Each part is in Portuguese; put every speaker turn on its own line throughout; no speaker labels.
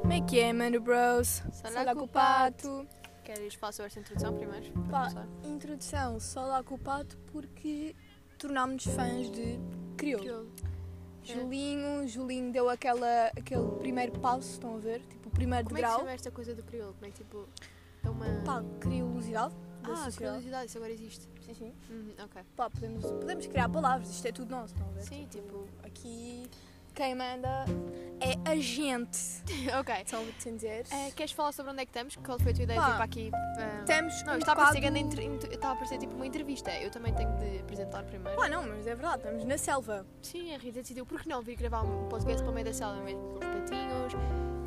Como é que é, mano, bros?
Sola com o pato. Queres falar sobre esta introdução primeiro? Para
Pá,
começar?
introdução, só lá com o pato porque tornámos-nos fãs de crioulo.
Crioulo. é.
Julinho, Julinho deu aquela, aquele primeiro passo, estão a ver? Tipo, o primeiro
Como é que se
degrau.
chama esta coisa do crioulo? Como é que tipo. É uma.
Pá, criolosidade. da
ah,
sociedade.
curiosidade, isso agora existe.
Sim, sim.
Uhum, ok.
Pá, podemos, podemos criar palavras, isto é tudo nosso, estão a ver?
Sim, tipo.
Aqui, quem manda é a gente.
ok.
Estão a entender?
Eh, queres falar sobre onde é que estamos? Qual foi a tua ideia
Pá,
tipo, aqui? ah,
Temos
Não,
um
isto está a parecer
bocado-
grande inter- inter- está a parecer tipo uma entrevista. Eu também tenho de apresentar primeiro.
Pá, não, mas é verdade, estamos na selva.
Sim, a Rita decidiu, por que não vir gravar um podcast para o meio da sala, mesmo com os patinhos,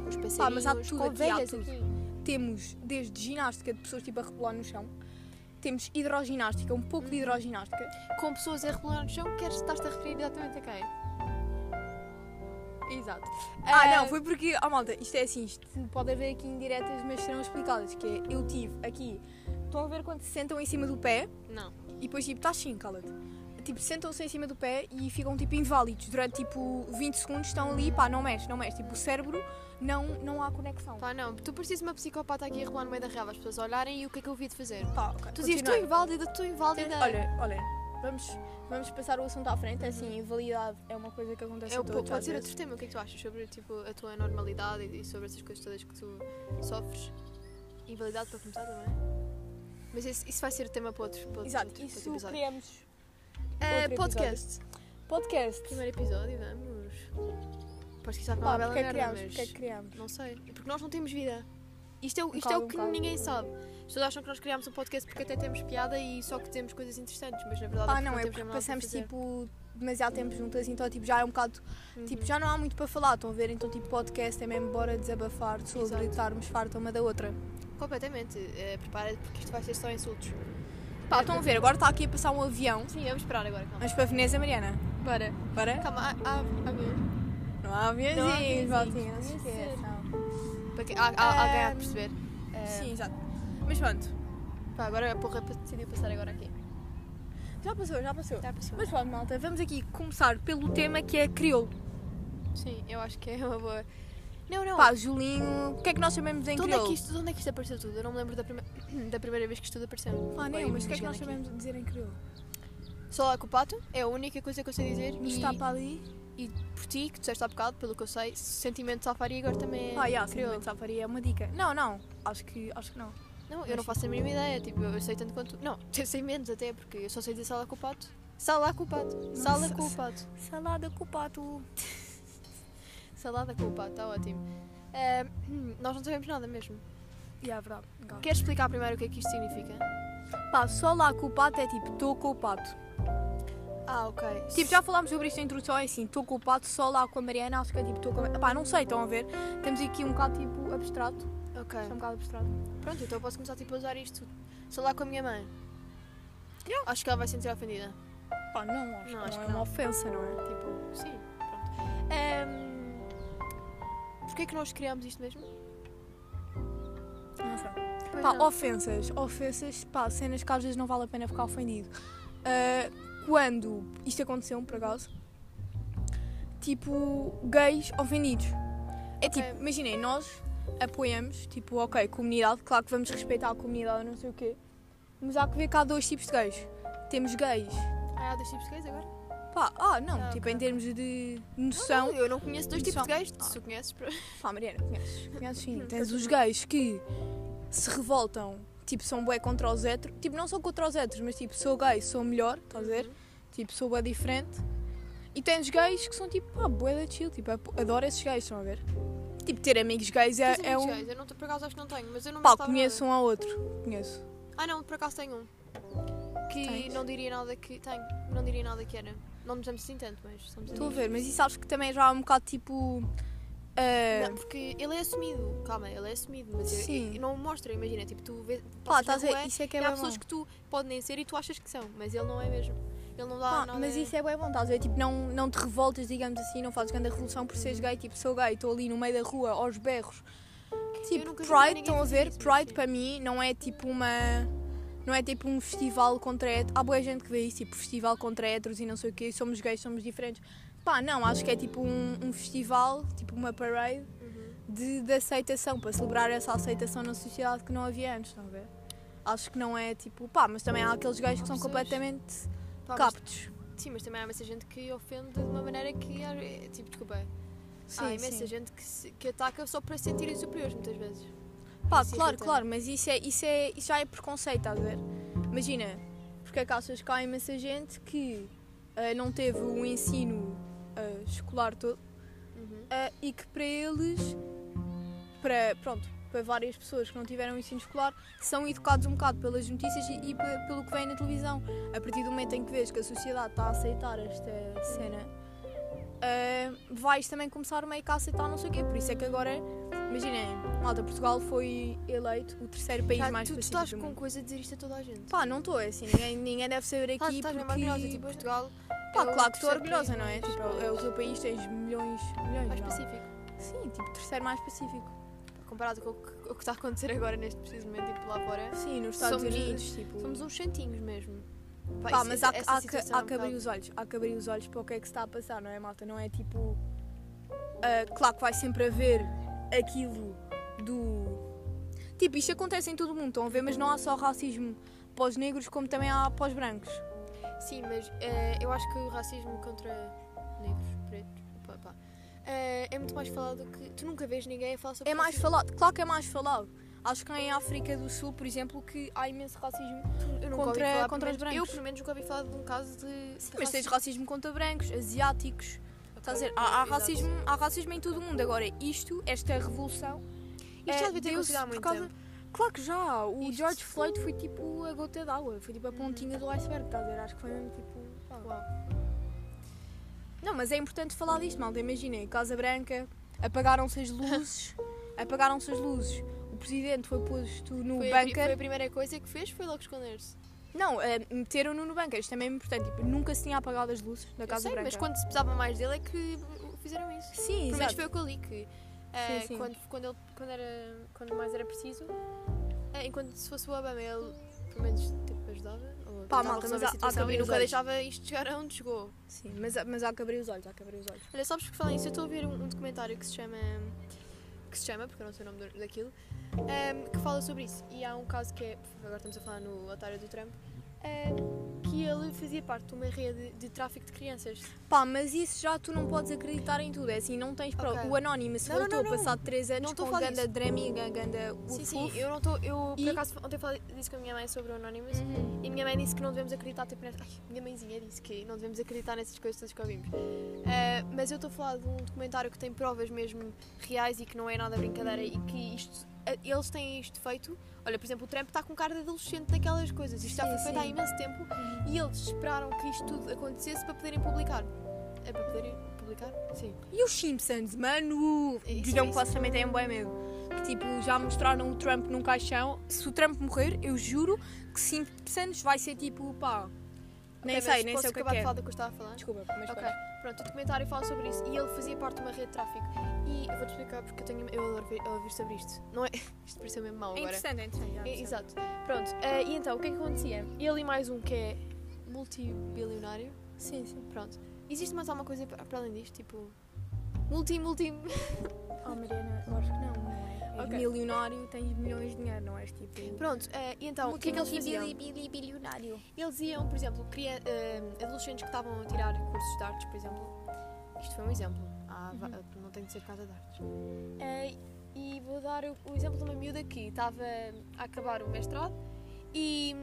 os passarinhos,
Pá, mas há tudo
com
aqui, há
ovelhas
tudo.
aqui.
Temos desde ginástica de pessoas tipo a rebolar no chão, temos hidroginástica, um pouco de hidroginástica.
Com pessoas a rebolar no chão, queres estás-te a referir exatamente a quem? Exato.
Ah, não, foi porque, ah malta, isto é assim, isto pode haver aqui indiretas, mas serão explicadas, que é, eu tive aqui, estão a ver quando se sentam em cima do pé
Não.
e depois tipo, estás sim, cala-te. Tipo, sentam-se em cima do pé e ficam tipo inválidos durante tipo 20 segundos, estão ali, pá, não mexe, não mexe, tipo, o cérebro não, não há conexão.
Pá, não, tu precisas uma psicopata aqui a rebolar no meio da relva, as pessoas olharem e o que é que eu vi de fazer?
Pá, Tá, ok,
Tu
continuem.
dizias, estou inválida, estou inválida.
Olha, olha, vamos, vamos passar o assunto à frente.
Uhum.
Assim, invalidade é uma coisa que acontece
é
a
o
todos.
pode
às
ser
vezes.
outro tema, o que é que tu achas sobre tipo, a tua normalidade e sobre essas coisas todas que tu sofres? Invalidade para começar também. Mas esse- isso vai ser tema para outro, para outro,
Exato,
outro-
isso
outro episódio.
criamos
Ah,
outro
podcast.
podcast.
Primeiro episódio, vamos. Posso que isto vai para
Pá,
uma bela
porque é que
merda,
criamos?
mas
Porque é que criamos?
não sei. É Porque nós não temos vida. Isto é, o-
Um
isto é o
bocado,
que
um bocado.
ninguém sabe. As pessoas acham que nós criámos um podcast porque até temos piada e só que temos coisas interessantes, mas na verdade
Pá,
é
não, é
temos
porque
mesmo nada para
passamos
fazer. Hum.
tipo demasiado tempo juntas, então tipo, já é um bocado. Tipo,
Uhum.
já não há muito para falar, estão a ver? Então, tipo, podcast é mesmo bora desabafar sobre
Exato. É
estarmos farta uma da outra.
Completamente. Eh, Prepara-te porque isto vai ser só insultos.
Pá, estão a ver? Agora está aqui a passar um avião.
Sim, vamos esperar agora, calma.
Mas para Veneza, Mariana.
Bora.
Para?
Calma, há, há, há aviões.
Não há
Não há
aviãozinhos,
aviãozinhos,
Valtinho, não se
tinha de ser.
esqueçam.
Para que, há, há alguém a
Ahm,
perceber. Ah,
Hum, Sim, exato. Mas pronto,
Pá, agora a porra decidiu passar agora aqui.
já passou, já Tá, passou.
Já passou.
Mas pronto, malta, vamos aqui começar pelo tema que é crioulo.
Sim, eu acho que é uma boa. Não, não.
Pá, Julinho, o que é que nós chamamos em
de, onde é
crioulo?
que isto, de onde é que isto apareceu tudo? Eu não me lembro da, prime... da primeira vez que isto tudo apareceu.
Ah,
Bem,
não, mas o que é que
imagina
nós
aqui.
sabemos dizer em crioulo?
Só lá com o pato, é a única coisa que eu sei dizer.
Nos
E
tapa ali.
por ti, que disseste há bocado, pelo que eu sei, sentimento de alfariga agora também é
Ah, já,
crioulo.
sentimento de alfaria é uma dica. Não, não, acho que, acho que não.
Não, eu não faço a mínima ideia. Tipo, eu sei tanto quanto. Não, eu sei menos até, porque eu só sei dizer sala com o pato. Sala com o pato. Sala
Nossa.
com o pato.
Salada com pato.
Salada com o pato, está ótimo. Ah, hum, nós não sabemos nada mesmo.
E é verdade. legal.
Queres explicar primeiro o que é que isto significa?
Pá, só lá com o pato é tipo, estou com o pato.
Ah, ok.
Tipo, já falámos sobre isto na introdução, é assim, estou com o pato, só lá com a Mariana, acho que é tipo, estou com a... Pá, não sei, estão a ver? Temos aqui um bocado tipo abstrato, isto
Ok.
é um bocado abstrato.
Pronto, então eu posso começar tipo, a usar isto. Sei lá com a minha mãe. Acho que ela vai se sentir ofendida.
Pá, não, acho,
Não,
que
acho
não é
que
uma
não.
ofensa, não é?
Tipo, sim, pronto. Ahm, Porquê é que nós criámos isto mesmo?
Não sei.
Pois
Pá,
não.
ofensas, ofensas, pá, cenas que às vezes não vale a pena ficar ofendido. Ah, quando isto aconteceu, por acaso, tipo, gays ofendidos. É
Ok.
tipo, imaginem, nós apoiamos, tipo, ok, comunidade, claro que vamos respeitar a comunidade, não sei o quê, mas há que ver que há dois tipos de gays. Temos gays,
Ah, há dois tipos de gays agora?
pá, ah, não,
Ah,
tipo,
ok, Então,
em
ok.
termos de
Não,
noção,
eu não conheço dois tipos
São-
de gays.
Ah.
Se tu conheces, pronto.
Pá, Mariana, conheces, conheces sim.
Hum,
Tens
pois
os
não.
gays que se revoltam, tipo, são bué contra os héteros. Tipo, não são contra os héteros, mas tipo, sou gay, sou melhor, estás a ver? Tipo, sou bué diferente. E tens gays que são tipo, pá, bué da chill, tipo, ap- adoro esses gays, estão a ver? Tipo, ter amigos gays é,
Tens
é
amigos
um...
gays? Eu não, por acaso acho que não tenho, mas eu não me
Pá,
gostava
conheço
nada.
um ao outro, conheço.
Ah não, por acaso tenho um. Que
Tens?
não diria nada que... Tenho. Não diria nada que era. Não nos damos assim tanto, mas somos
Estou a
amigos.
ver, mas isso acho que também já é um bocado tipo... ah,
Não, porque ele é assumido, calma, ele é assumido, mas eu-
Sim.
eu, eu não o mostra, imagina, tipo, tu vês,
pá,
passas na
estás a ver,
rua
isso é que
e
é
há
bué
pessoas
bom.
que tu podem nem ser e tu achas que são, mas ele não é mesmo. Ele não dá
Pá,
nada.
mas isso é bem bom, estás a ver? Tipo, não, não te revoltas, digamos assim, não fazes grande revolução por seres gay. Tipo, sou gay, estou ali no meio da rua, aos berros. Tipo,
nunca
Pride,
vi ninguém
estão a
fazer
ver?
isso, mas
Pride
sim.
para mim não é tipo uma. Não é tipo um festival contra héteros. Há boa gente que vê isso, tipo festival contra héteros e não sei o quê, somos gays, somos diferentes. Pá, não, acho que é tipo um, um festival, tipo uma parade,
Uhum.
de, de aceitação, para celebrar essa aceitação na sociedade que não havia antes, estão a ver? Acho que não é tipo, pá, mas também há aqueles gajos que são
Pessoas.
completamente
Pá, mas-
captos.
Sim, mas também há imensa gente que ofende de uma maneira que. é- Tipo, desculpa.
Sim,
há imensa
sim.
gente que, se- que ataca só para se sentirem superiores, muitas vezes.
Pá,
Isso
claro,
irrita-me.
claro, mas isso, é, isso, é, isso já é preconceito, estás a ver? Imagina, porque é que achas que há imensa gente que ah, não teve o ensino ah, escolar todo
Uhum.
ah, e que para eles, para, pronto, para várias pessoas que não tiveram o ensino escolar, são educados um bocado pelas notícias e, e pe- pelo que vem na televisão. A partir do momento em que vês que a sociedade está a aceitar esta cena, ah, vais também começar meio que a aceitar não sei o quê. Por isso é que agora, imaginem, malta, Portugal foi eleito o terceiro país
Já,
mais
tu, tu
pacífico
Tá estás
do
com
mundo.
coisa a dizer isto a toda a gente.
Pá, não estou, é assim, ninguém, ninguém deve saber
Estás-
aqui
estás mesmo
porque...
orgulhosa, tipo, Portugal.
Pá,
é
claro
o
que estou
terceiro
orgulhosa,
país
não é? Tipo, é o teu país, tens milhões, milhões,
Mais
não.
pacífico.
Sim, tipo, terceiro mais pacífico.
Comparado com o que, o que está a acontecer agora, neste preciso momento, tipo, lá fora.
Sim, nos Estados
Somos-
Unidos, tipo...
Somos uns santinhos mesmo. Pá,
Pá,
isso-
mas
essa-
há, que-
essa
há, que-
situação
há
é um
que abrir
bocado-
os olhos, há que abrir os olhos para o que é que se está a passar, não é, malta? Não é tipo. ah, claro que vai sempre haver aquilo do. Tipo, isto acontece em todo o mundo, estão a ver? Mas não há só racismo pós negros, como também há pós brancos.
Sim, mas eh, eu acho que o racismo contra negros, pretos, pá, pá, eh, é muito mais falado do que. Tu nunca vês ninguém a falar sobre
É mais
racismo.
falado, claro que é mais falado. Acho que em África do Sul, por exemplo, que há imenso racismo.
Eu nunca ouvi
contra-
falar,
contra
pelo
os
menos- Eu,
brancos.
pelo menos, nunca ouvi falar de um caso de. de
Mas tens
racismo.
racismo contra brancos, asiáticos. Estás a dizer,
Ok,
há, há
exato.
racismo, há racismo em todo o mundo. Agora, isto, esta revolução. é,
Isto já devia ter
deu-se
acontecido há
por
muito
causa-
tempo.
Claro que já. O
Isto-
George Floyd foi tipo a gota d'água. Foi tipo a pontinha do iceberg, estás a ver? Acho que foi mesmo tipo. pá.
Uau.
Não, mas é importante falar disto, malta. Imaginem, Casa Branca, apagaram-se as luzes. apagaram-se as luzes. O presidente foi posto no
Foi a, pri- foi a
bunker.
primeira coisa que fez foi logo esconder-se.
Não, eh, meteram-no no bunker. Isto também é importante. Tipo, nunca se tinha apagado as luzes da
Eu
Casa
sei,
Branca.
mas quando se precisava mais dele é que fizeram isso.
Sim,
Pelo menos
exato.
foi o que eu li que eh,
Sim, sim.
Quando, quando, ele, quando, era, quando mais era preciso, eh, enquanto se fosse o Obama, ele pelo menos tipo, ajudava. Ou tentava
malta, mas
resolver
há-
a
há que
situação
abrir os
e nunca
olhos.
deixava isto chegar aonde chegou.
Sim, mas, mas há que abrir os olhos, há que abrir os olhos.
Olha, sabes que falam isso? Eu estou a ver um, um documentário que se chama. que se chama, porque eu não sei o nome do- daquilo, ehm, que fala sobre isso. E há um caso que é. agora estamos a falar no Otário do Trump, ehm, que ele fazia parte de uma rede de tráfico de crianças.
Pá, mas isso já tu não podes acreditar em tudo. É assim, não tens prova.
Ok.
O Anonymous
Não, não,
voltou
não, não.
passado 3 anos
Não tô
com
a falar
ganda draminga, ganda
Sim,
ufo.
sim, eu não estou. Eu, por
E-
acaso, ontem falei, disse com a minha mãe sobre o Anonymous
Uhum.
e a minha mãe disse que não devemos acreditar. Tipo, nessa- ai, minha mãezinha disse que não devemos acreditar nessas coisas todas que ouvimos. Eh, mas eu estou a falar de um documentário que tem provas mesmo reais e que não é nada brincadeira e que isto. eh, Eles têm isto feito. Olha, por exemplo, o Trump está com cara de adolescente naquelas coisas. Isto já
Sim,
foi feito há
sim.
imenso tempo e eles esperaram que isto tudo acontecesse para poderem publicar. É para poderem publicar? Sim.
E os Simpsons, mano!
Isso,
Digam que
isso.
vocês também têm um bom medo. Que tipo, já mostraram o Trump num caixão. Se o Trump morrer, eu juro que Simpsons vai ser tipo, pá. Nem
Ok,
sei,
mas
nem
posso
sei o que é
acabar
que
de
é.
falar do que eu estava a falar?
Desculpa, mas
Ok,
pronto. É
pronto, o documentário fala sobre isso e ele fazia parte de uma rede de tráfico. E eu vou-te explicar porque eu, tenho, eu adoro ver- ouvir sobre isto. Não é, isto pareceu mesmo mau
É
agora.
interessante, é interessante. já,
É,
percebo.
exato. Pronto, eh, e então o que é que acontecia? Ele e mais um que é multibilionário.
Sim, sim.
Pronto. Existe mais alguma coisa para para além disto? Tipo. Multi, multi.
Ah, Mariana, eu acho que não, não é? És
Ok.
milionário, tens milhões de dinheiro, não és tipo.
Pronto, eh, e então o que é que eles faziam?
bilionário.
Eles iam, por exemplo, cria- eh, adolescentes que estavam a tirar cursos de artes, por exemplo. Isto foi um exemplo. Há va- Não tem de ser casa de artes. Eh, e vou dar o, o exemplo de uma miúda que estava a acabar o mestrado e,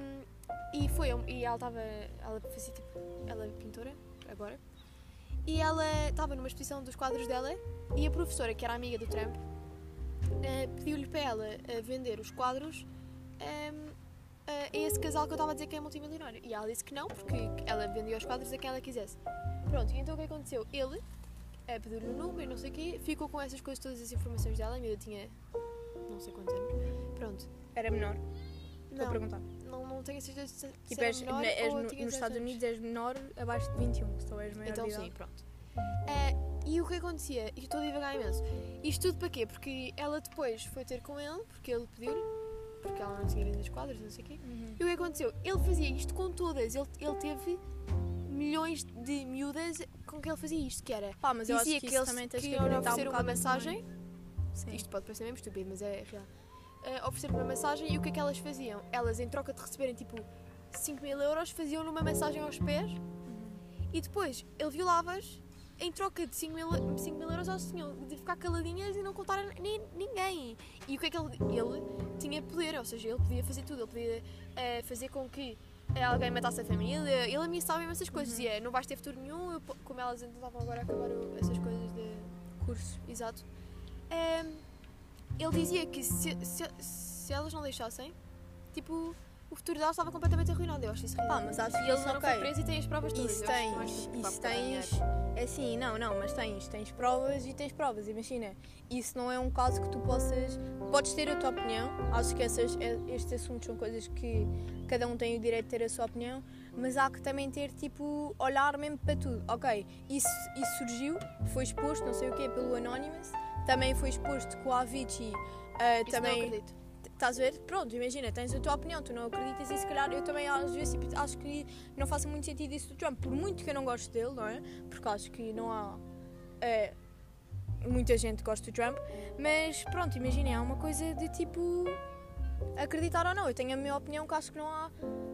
e foi a um- e ela estava ela fazia tipo ela é pintora agora e ela estava numa exposição dos quadros dela e a professora que era amiga do Trump eh, pediu-lhe para ela eh, vender os quadros ehm, a esse casal que eu estava a dizer que é multimilionário. E ela disse que não, porque ela vendia os quadros a quem ela quisesse. Pronto, e então o que aconteceu? Ele eh, pediu-lhe o número, não sei o quê, ficou com essas coisas, todas as informações dela. A miúda tinha não sei quantos anos. Pronto.
Era menor, vou
Não,
perguntar.
não, não tenho a certeza se se
Tipo,
era
és,
menor
na- és
ou
no-
tinha
nos
18
Estados
anos.
Unidos és menor abaixo de 21, se tu és maior
Então
de
sim,
idade.
pronto. Eh, e o que acontecia? E estou a divagar imenso. Isto tudo para quê? Porque ela depois foi ter com ele, porque ele pediu-lhe, porque ela não tinha lido os quadros, não sei o quê. E o que aconteceu? Ele fazia isto com todas. Ele, ele teve milhões de miúdas com que ele fazia isto, que era...
Pá, mas eu
dizia
acho que, isso
eles
também tens que
queriam lhe
acreditar um
oferecer uma
bocado
massagem
Sim.
Isto pode parecer mesmo estúpido, mas é real. Ah, Ofereceram uma massagem e o que é que elas faziam? Elas, em troca de receberem tipo 5 mil euros, faziam-lhe uma massagem aos pés e depois ele violava-as em troca de 5 mil, 5 mil euros ao senhor, de ficar caladinhas e não contar a ni- ninguém. E o que é que ele, ele tinha poder, ou seja, ele podia fazer tudo, ele podia eh, fazer com que eh, alguém matasse a família, ele ameaçava imensas coisas, dizia não vais ter futuro nenhum, eu po- como elas então estavam agora a acabar o- essas coisas de.
Curso.
Exato. Ehm, ele dizia que se, se, se elas não deixassem, tipo, o futuro delas estava completamente arruinado. Eu acho isso
Pá,
ridículo.
mas acho que
E ele
isso é
não foi
ok.
preso e tem as provas todas.
Isso
eu acho mais
tens,
do que
isso
para apanhar.
tens. É assim, não, não, mas tens, tens provas e tens provas. Imagina, isso não é um caso que tu possas. Podes ter a tua opinião. Acho que essas, é- estes assuntos são coisas que cada um tem o direito de ter a sua opinião, mas há que também ter, tipo, olhar mesmo para tudo. Ok, isso, isso surgiu, foi exposto, não sei o quê, pelo Anonymous, também foi exposto com a Avicii. ah,
Isso não é
também
acredito.
Estás a ver? Pronto, imagina, tens a tua opinião, tu não acreditas e se calhar eu também às vezes tipo, acho que não faça muito sentido isso do Trump, por muito que eu não goste dele, não é? Porque acho que não há. eh, muita gente que gosta do Trump, mas pronto, imagina, é uma coisa de tipo. acreditar ou não. Eu tenho a minha opinião que acho que não há,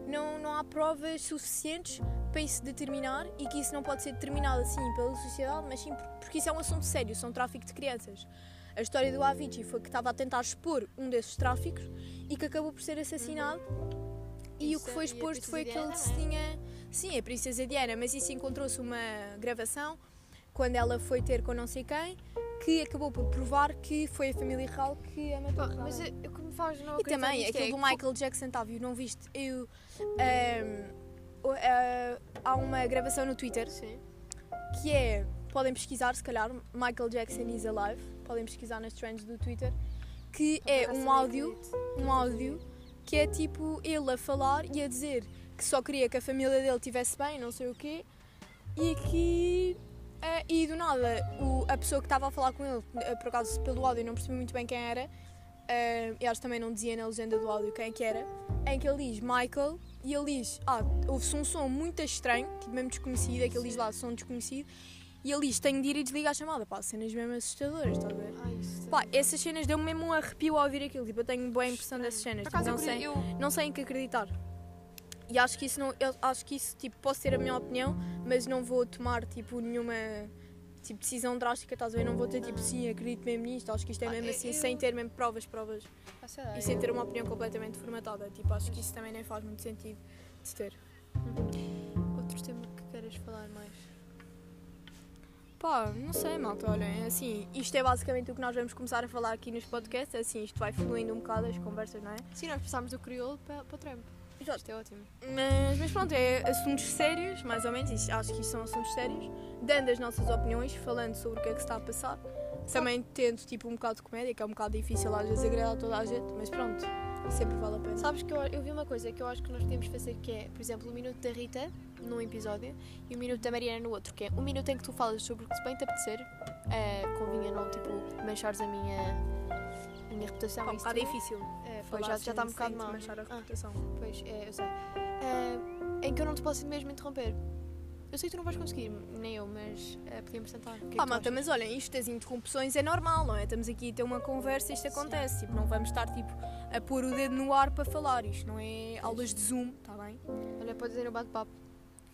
não, não há provas suficientes para isso determinar e que isso não pode ser determinado assim pela sociedade, mas sim por- porque isso é um assunto sério são tráfico de crianças. A história do Avicii foi que estava a tentar expor um desses tráficos e que acabou por ser assassinado. E
Isso,
o que foi
e a
exposto foi
Princesa
aquele que se
Diana, é?
tinha. Sim, a Princesa Diana, mas isso encontrou-se uma gravação quando ela foi ter com não sei quem que acabou por provar que foi a família real que a matou.
Pá, mas
realmente.
eu, eu como faz não
E
acreditar
também,
nisto,
aquilo
é
do
co-
Michael Jackson, tá, viu? Não viste? Eu. ehm, o- eh, há uma gravação no Twitter
Sim.
que é. Podem pesquisar, se calhar, Michael Jackson is alive. Podem pesquisar nas trends do Twitter. Que é um
Por acaso também
áudio,
acredito.
um áudio que é tipo ele a falar e a dizer que só queria que a família dele estivesse bem, não sei o quê, e que. eh, e do nada, o- a pessoa que estava a falar com ele, eh, por acaso pelo áudio, não percebi muito bem quem era, eh, eles também não diziam na legenda do áudio quem é que era, em que ele diz Michael e ele diz: Ah, houve-se um som muito estranho, tipo mesmo desconhecido, aquele diz lá som desconhecido, e ele diz: Tenho de ir e desligar a chamada. Pá, cenas mesmo assustadoras, estás a ver?
Ai, isso
Pá, essas cenas deu-me mesmo um arrepio ao ouvir aquilo. Tipo, eu tenho boa impressão dessas cenas.
Por
Tipo,
acaso eu
não, sei,
queria- eu-
não sei em que acreditar. E acho que isso não. Eu acho que isso, tipo, posso ter a minha opinião, mas não vou tomar, tipo, nenhuma. Tipo, decisão drástica, estás a ver? Não vou ter tipo, sim, acredito mesmo nisto, acho que isto é
Ah,
mesmo
eu-
assim,
eu-
sem ter mesmo provas, provas
Ah, sei lá,
e sem ter uma opinião completamente formatada. Tipo, acho que isso também nem faz muito sentido de ter.
eu- é Outro tema que queres falar mais?
Pá, não sei, malta, olhem, assim, isto é basicamente o que nós vamos começar a falar aqui nos podcasts, assim, isto vai fluindo um bocado as conversas, não é?
Sim, nós passámos do crioulo para, para o Trump. Isto é ótimo.
Mas, mas pronto, é assuntos sérios, mais ou menos, isto- acho que isto são assuntos sérios, dando as nossas opiniões, falando sobre o que é que se está a passar, também tendo, tipo, um bocado de comédia, que é um bocado difícil às vezes agradar toda a gente, mas pronto, sempre vale a pena.
Sabes que eu, eu vi uma coisa que eu acho que nós podemos fazer que é, por exemplo, o minuto da Rita num episódio e o minuto da Mariana no outro, que é um minuto em que tu falas sobre o que te bem te apetecer, eh, convinha não, tipo, manchares a minha, a minha reputação.
Está um
isso
bocado
tudo.
difícil.
Eh,
falar assim
pois, já, já está um
sem-
bocado
sem
mal.
manchar a
Ah.
reputação.
Pois, é, eu sei. Ah, em que eu não te posso mesmo interromper. Eu sei que tu não vais conseguir, nem eu, mas ah, podíamos tentar. O que é que
Pá,
tu
malta, mas
achas?
olhem, isto das interrupções é normal, não é? Estamos aqui a ter uma conversa e isto acontece. Tipo, não vamos estar tipo, a pôr o dedo no ar para falar. Isto não é aulas de Zoom, está bem?
Olha, pode dizer o bate-papo.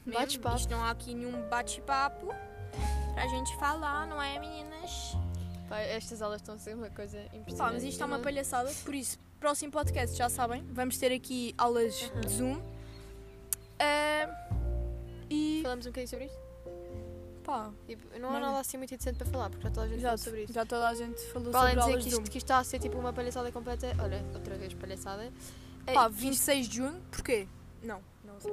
Mesmo,
Bate-papo.
Isto não há aqui nenhum bate-papo para a gente falar, não é, meninas?
Pá, Estas aulas estão a ser uma coisa impressionante.
Pá, mas isto é uma
Eu não-
palhaçada. Por isso, próximo podcast, já sabem, vamos ter aqui aulas
Uhum.
de Zoom. Ah, e.
Falamos um bocadinho sobre isto?
Pá,
Tipo, não há
Nada.
nada assim muito interessante para falar, porque já toda a gente falou
exato,
sobre isso.
já toda a gente falou
Para além
sobre
de
aulas
dizer
de
que
Zoom.
isto, que isto está a ser tipo uma palhaçada completa. Olha, outra vez palhaçada. Eh,
Pá,
que isto-
26 de junho, porquê? Não, não sei.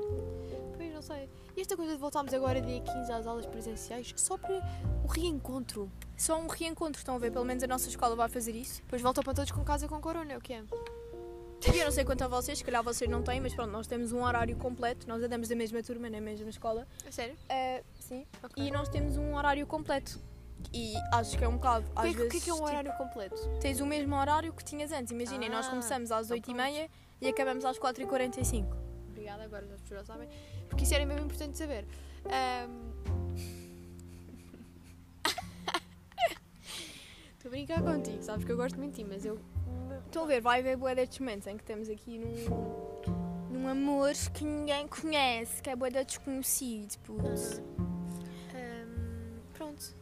Pois, não sei. E esta coisa de voltarmos agora dia 15 às aulas presenciais, só para o reencontro.
Só um reencontro, estão a ver? Pelo menos a nossa escola vai fazer isso.
Depois voltam para todos com casa com corona, é o que é?
E eu não sei quanto a vocês, se calhar vocês não têm, mas pronto, nós temos um horário completo. Nós andamos da mesma turma, na mesma escola.
É sério?
Ah, sim.
Ok.
E nós temos um horário completo. E acho que é um bocado.
O
às
que, é que- o
vezes,
que é que é um
tipo,
horário completo?
tens o mesmo horário que tinhas antes. Imaginem, nós
Ah,
começamos às
então
8h30 e, acabamos às 4h45.
Obrigada, agora as pessoas sabem. Porque isso era mesmo importante saber. Ahm. Estou brincando brincar contigo, sabes que eu gosto muito de ti, mas eu.
Estão a ver, vai haver bué destes momentos em que estamos aqui num, num amor que ninguém conhece, que é bué de desconhecido, putz.
Hum, pronto.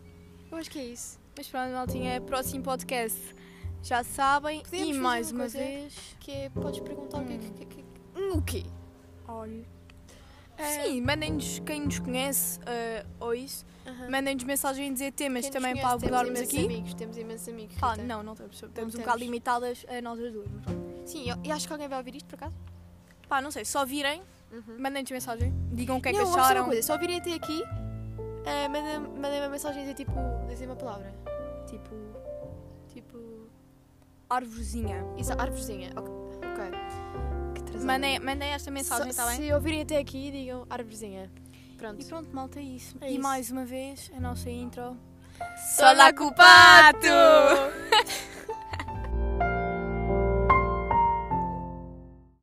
Eu acho que é isso.
Mas pronto, Maltinha, próximo podcast, já sabem.
Podemos
e
fazer
mais
uma
uma
coisa?
vez...
Que é, podes perguntar o que é que. que- que-
Hum, O quê? Olha...
É.
Sim, mandem-nos quem nos conhece eh, ou isso.
Aham.
Mandem-nos mensagem a dizer temas
Ah. Quem nos
também
conhece,
para
temos
abordarmos
imensos
aqui. Ah,
Amigos, temos imensos amigos.
Pá,
Rita.
não, não temos. Estamos um
temos.
bocado limitadas a nós as duas. mas pronto.
Sim, eu, eu acho que alguém vai ouvir isto por acaso.
Pá, não sei, só virem,
Uhum.
mandem-nos mensagem, digam o que é que
não, ouça
acharam.
uma coisa, só virem até aqui, eh, mandem- mandem uma mensagem e dizer tipo, dizem uma palavra.
Tipo,
Tipo.
árvorezinha.
Isso, árvorezinha. Ok. ok. Que atrasada.
Mandem, mandem esta mensagem,
Só-
está bem?
Se ouvirem até aqui, digam árvorezinha. Pronto.
E pronto, malta, é isso.
É
e
isso.
mais uma vez, a nossa intro.
Sola
culpato!